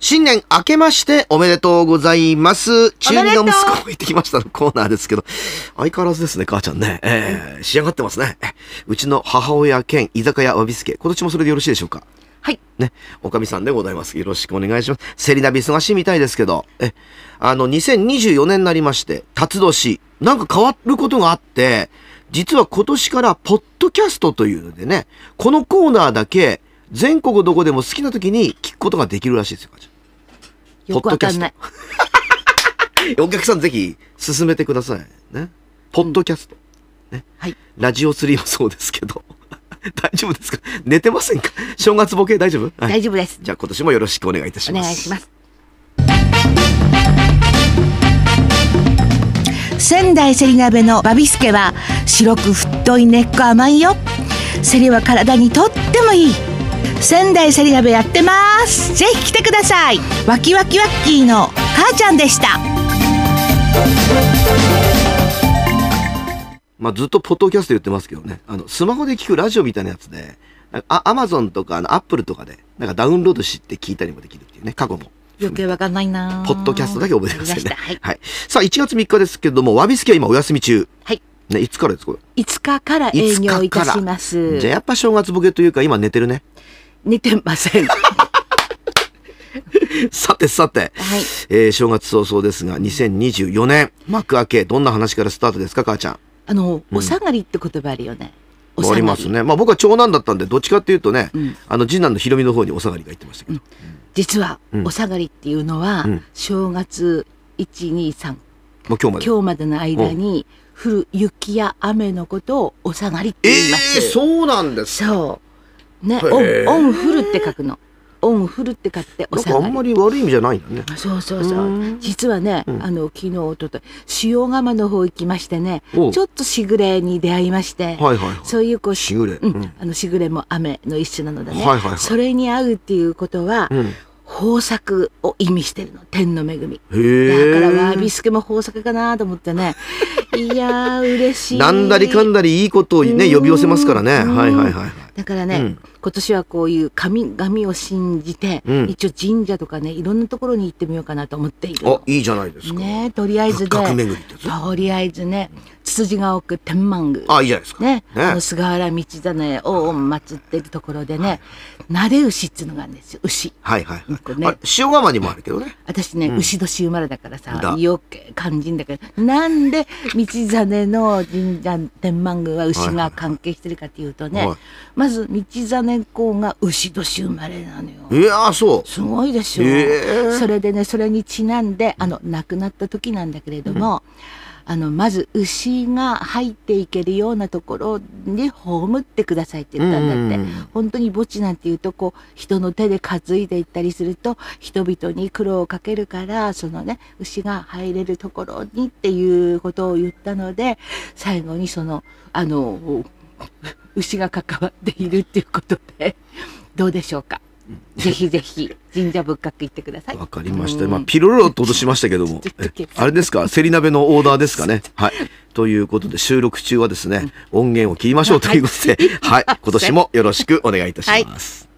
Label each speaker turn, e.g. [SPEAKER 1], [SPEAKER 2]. [SPEAKER 1] 新年明けましておめでとうございます。中二の
[SPEAKER 2] お
[SPEAKER 1] 息
[SPEAKER 2] めでとう
[SPEAKER 1] 子を行ってきましたのコーナーですけど、相変わらずですね、母ちゃんね。えー、仕上がってますね。えうちの母親兼居酒屋わびすけ。今年もそれでよろしいでしょうか
[SPEAKER 2] はい。
[SPEAKER 1] ね、おかみさんでございます。よろしくお願いします。セリナビ忙しいみたいですけど、え、あの、2024年になりまして、辰年、なんか変わることがあって、実は今年から、ポッドキャストというのでね、このコーナーだけ、全国どこでも好きな時に聞くことができるらしいですよ、母ちゃん
[SPEAKER 2] よくわかんない。
[SPEAKER 1] お客さんぜひ、進めてください。ね。ポッドキャスト。
[SPEAKER 2] はい。
[SPEAKER 1] ラジオ3もそうですけど。 大丈夫ですか寝てませんか正月ボケ大丈夫、はい、
[SPEAKER 2] 大丈夫です。
[SPEAKER 1] じゃあ今年もよろしくお願いいたし
[SPEAKER 2] お
[SPEAKER 1] ます。
[SPEAKER 2] 願いします。
[SPEAKER 3] 仙台セリ鍋のバビスケは白く太い根っこ甘いよセリは体にとってもいい仙台セリ鍋やってますぜひ来てくださいワキワキワッキーの母ちゃんでした
[SPEAKER 1] まあ、ずっとポッドキャスト言ってますけどね。あの、スマホで聞くラジオみたいなやつで、なんかあ、アマゾンとか、あの、アップルとかで、なんかダウンロードして聞いたりもできるっていうね、過去も。
[SPEAKER 2] 余計わかんないな
[SPEAKER 1] ポッドキャストだけ覚えてください
[SPEAKER 2] わ
[SPEAKER 1] ね。
[SPEAKER 2] かりましたは
[SPEAKER 1] はい。さあ、1月3日ですけれども、わびすけは今お休み中。
[SPEAKER 2] はい。
[SPEAKER 1] ね、いつからですか
[SPEAKER 2] い。5日から営業いたします。
[SPEAKER 1] じゃあやっぱ正月ボケというか、今寝てるね。
[SPEAKER 2] 寝てません。は
[SPEAKER 1] さてさて、
[SPEAKER 2] い。
[SPEAKER 1] えー正月早々ですが、2024年、幕開け、どんな話からスタートですか、母ちゃん。
[SPEAKER 2] あの、お下がりって言葉あるよね。お下
[SPEAKER 1] あ
[SPEAKER 2] が
[SPEAKER 1] ります。ね。まあ僕は長男だったんで、どっちかっていうとね、
[SPEAKER 2] うん
[SPEAKER 1] あの、次男のひろみの方にお下がりが行ってましたけど。
[SPEAKER 2] 実は
[SPEAKER 1] う、ん
[SPEAKER 2] お下がりっていうのは
[SPEAKER 1] うん、
[SPEAKER 2] 正月1、2、3、
[SPEAKER 1] もう今日まで。
[SPEAKER 2] 今日までの間に降る雪や雨のことをお下がりって
[SPEAKER 1] え
[SPEAKER 2] 言います。
[SPEAKER 1] えー、そうなんです
[SPEAKER 2] そう。ね、
[SPEAKER 1] へー
[SPEAKER 2] オン、オン降るって書くの。オン降るって書いてお
[SPEAKER 1] なん
[SPEAKER 2] 下
[SPEAKER 1] かあ
[SPEAKER 2] が
[SPEAKER 1] んま
[SPEAKER 2] り。
[SPEAKER 1] り悪い意味じゃないんだね。。
[SPEAKER 2] そうそうそううん実はね、
[SPEAKER 1] うん
[SPEAKER 2] あの、昨日、おととい、塩釜の方行きましてね、ち
[SPEAKER 1] おう
[SPEAKER 2] ょっとしぐれに出会いまして、
[SPEAKER 1] はいはいはい。
[SPEAKER 2] そういうこう、
[SPEAKER 1] しぐれ
[SPEAKER 2] う
[SPEAKER 1] うん
[SPEAKER 2] ん、あの、しぐれも雨の一種なのでね
[SPEAKER 1] はいはいは、い
[SPEAKER 2] それに会うっていうことは、
[SPEAKER 1] うん、へ
[SPEAKER 2] 豊作を意味してるの、天の恵み。
[SPEAKER 1] え。
[SPEAKER 2] だから、わびすけも豊作かなと思っ てね、いやー、嬉しい。
[SPEAKER 1] なんだりかんだりいいことをね、
[SPEAKER 2] うん
[SPEAKER 1] 呼び寄せますからね。
[SPEAKER 2] うん
[SPEAKER 1] はいはいはい。
[SPEAKER 2] だからね、
[SPEAKER 1] うん
[SPEAKER 2] 今年はこういう神々を信じて、
[SPEAKER 1] うん
[SPEAKER 2] 一応神社とかねいろんなところに行ってみようかなと思っている
[SPEAKER 1] あ、いいじゃないですか。
[SPEAKER 2] ねとりあえずね
[SPEAKER 1] 仏閣巡りってやつ
[SPEAKER 2] とりあえずねつつじが奥天満宮
[SPEAKER 1] あ、いいじゃないですか。
[SPEAKER 2] ね
[SPEAKER 1] ね
[SPEAKER 2] あの菅原道真を祀ってるところでね慣れ牛っていうのがあるんですよ牛
[SPEAKER 1] はいはい
[SPEAKER 2] なんか
[SPEAKER 1] はい。
[SPEAKER 2] ね
[SPEAKER 1] あれ塩釜にもあるけどね。
[SPEAKER 2] 私ね、
[SPEAKER 1] うん
[SPEAKER 2] 牛年生まれだからさ
[SPEAKER 1] だ
[SPEAKER 2] 余計肝心だからなんで道真の神社天満宮は牛が関係してるかっていうとね、
[SPEAKER 1] はいはい
[SPEAKER 2] まず道真公が牛年生まれなのよ。
[SPEAKER 1] いやー、そう。
[SPEAKER 2] すごいでしょ、
[SPEAKER 1] へえ
[SPEAKER 2] それでねそれにちなんであの亡くなった時なんだけれども、あのまず牛が入っていけるようなところに葬ってくださいって言ったんだって、
[SPEAKER 1] うんうんうん
[SPEAKER 2] 本当に墓地なんていうとこう人の手で担いでいったりすると人々に苦労をかけるからそのね牛が入れるところにっていうことを言ったので最後にそのあの 牛が関わっているっていうことでどうでしょうかぜひぜひ神社仏閣行ってください
[SPEAKER 1] わかりました。
[SPEAKER 2] うん
[SPEAKER 1] まあ、ピロロと落としましたけども
[SPEAKER 2] ちょっと。
[SPEAKER 1] えあれですかセリ鍋のオーダーですかね。はい。ということで、収録中はですね、音源を切りましょうということで、はい。今年もよろしくお願いいたします。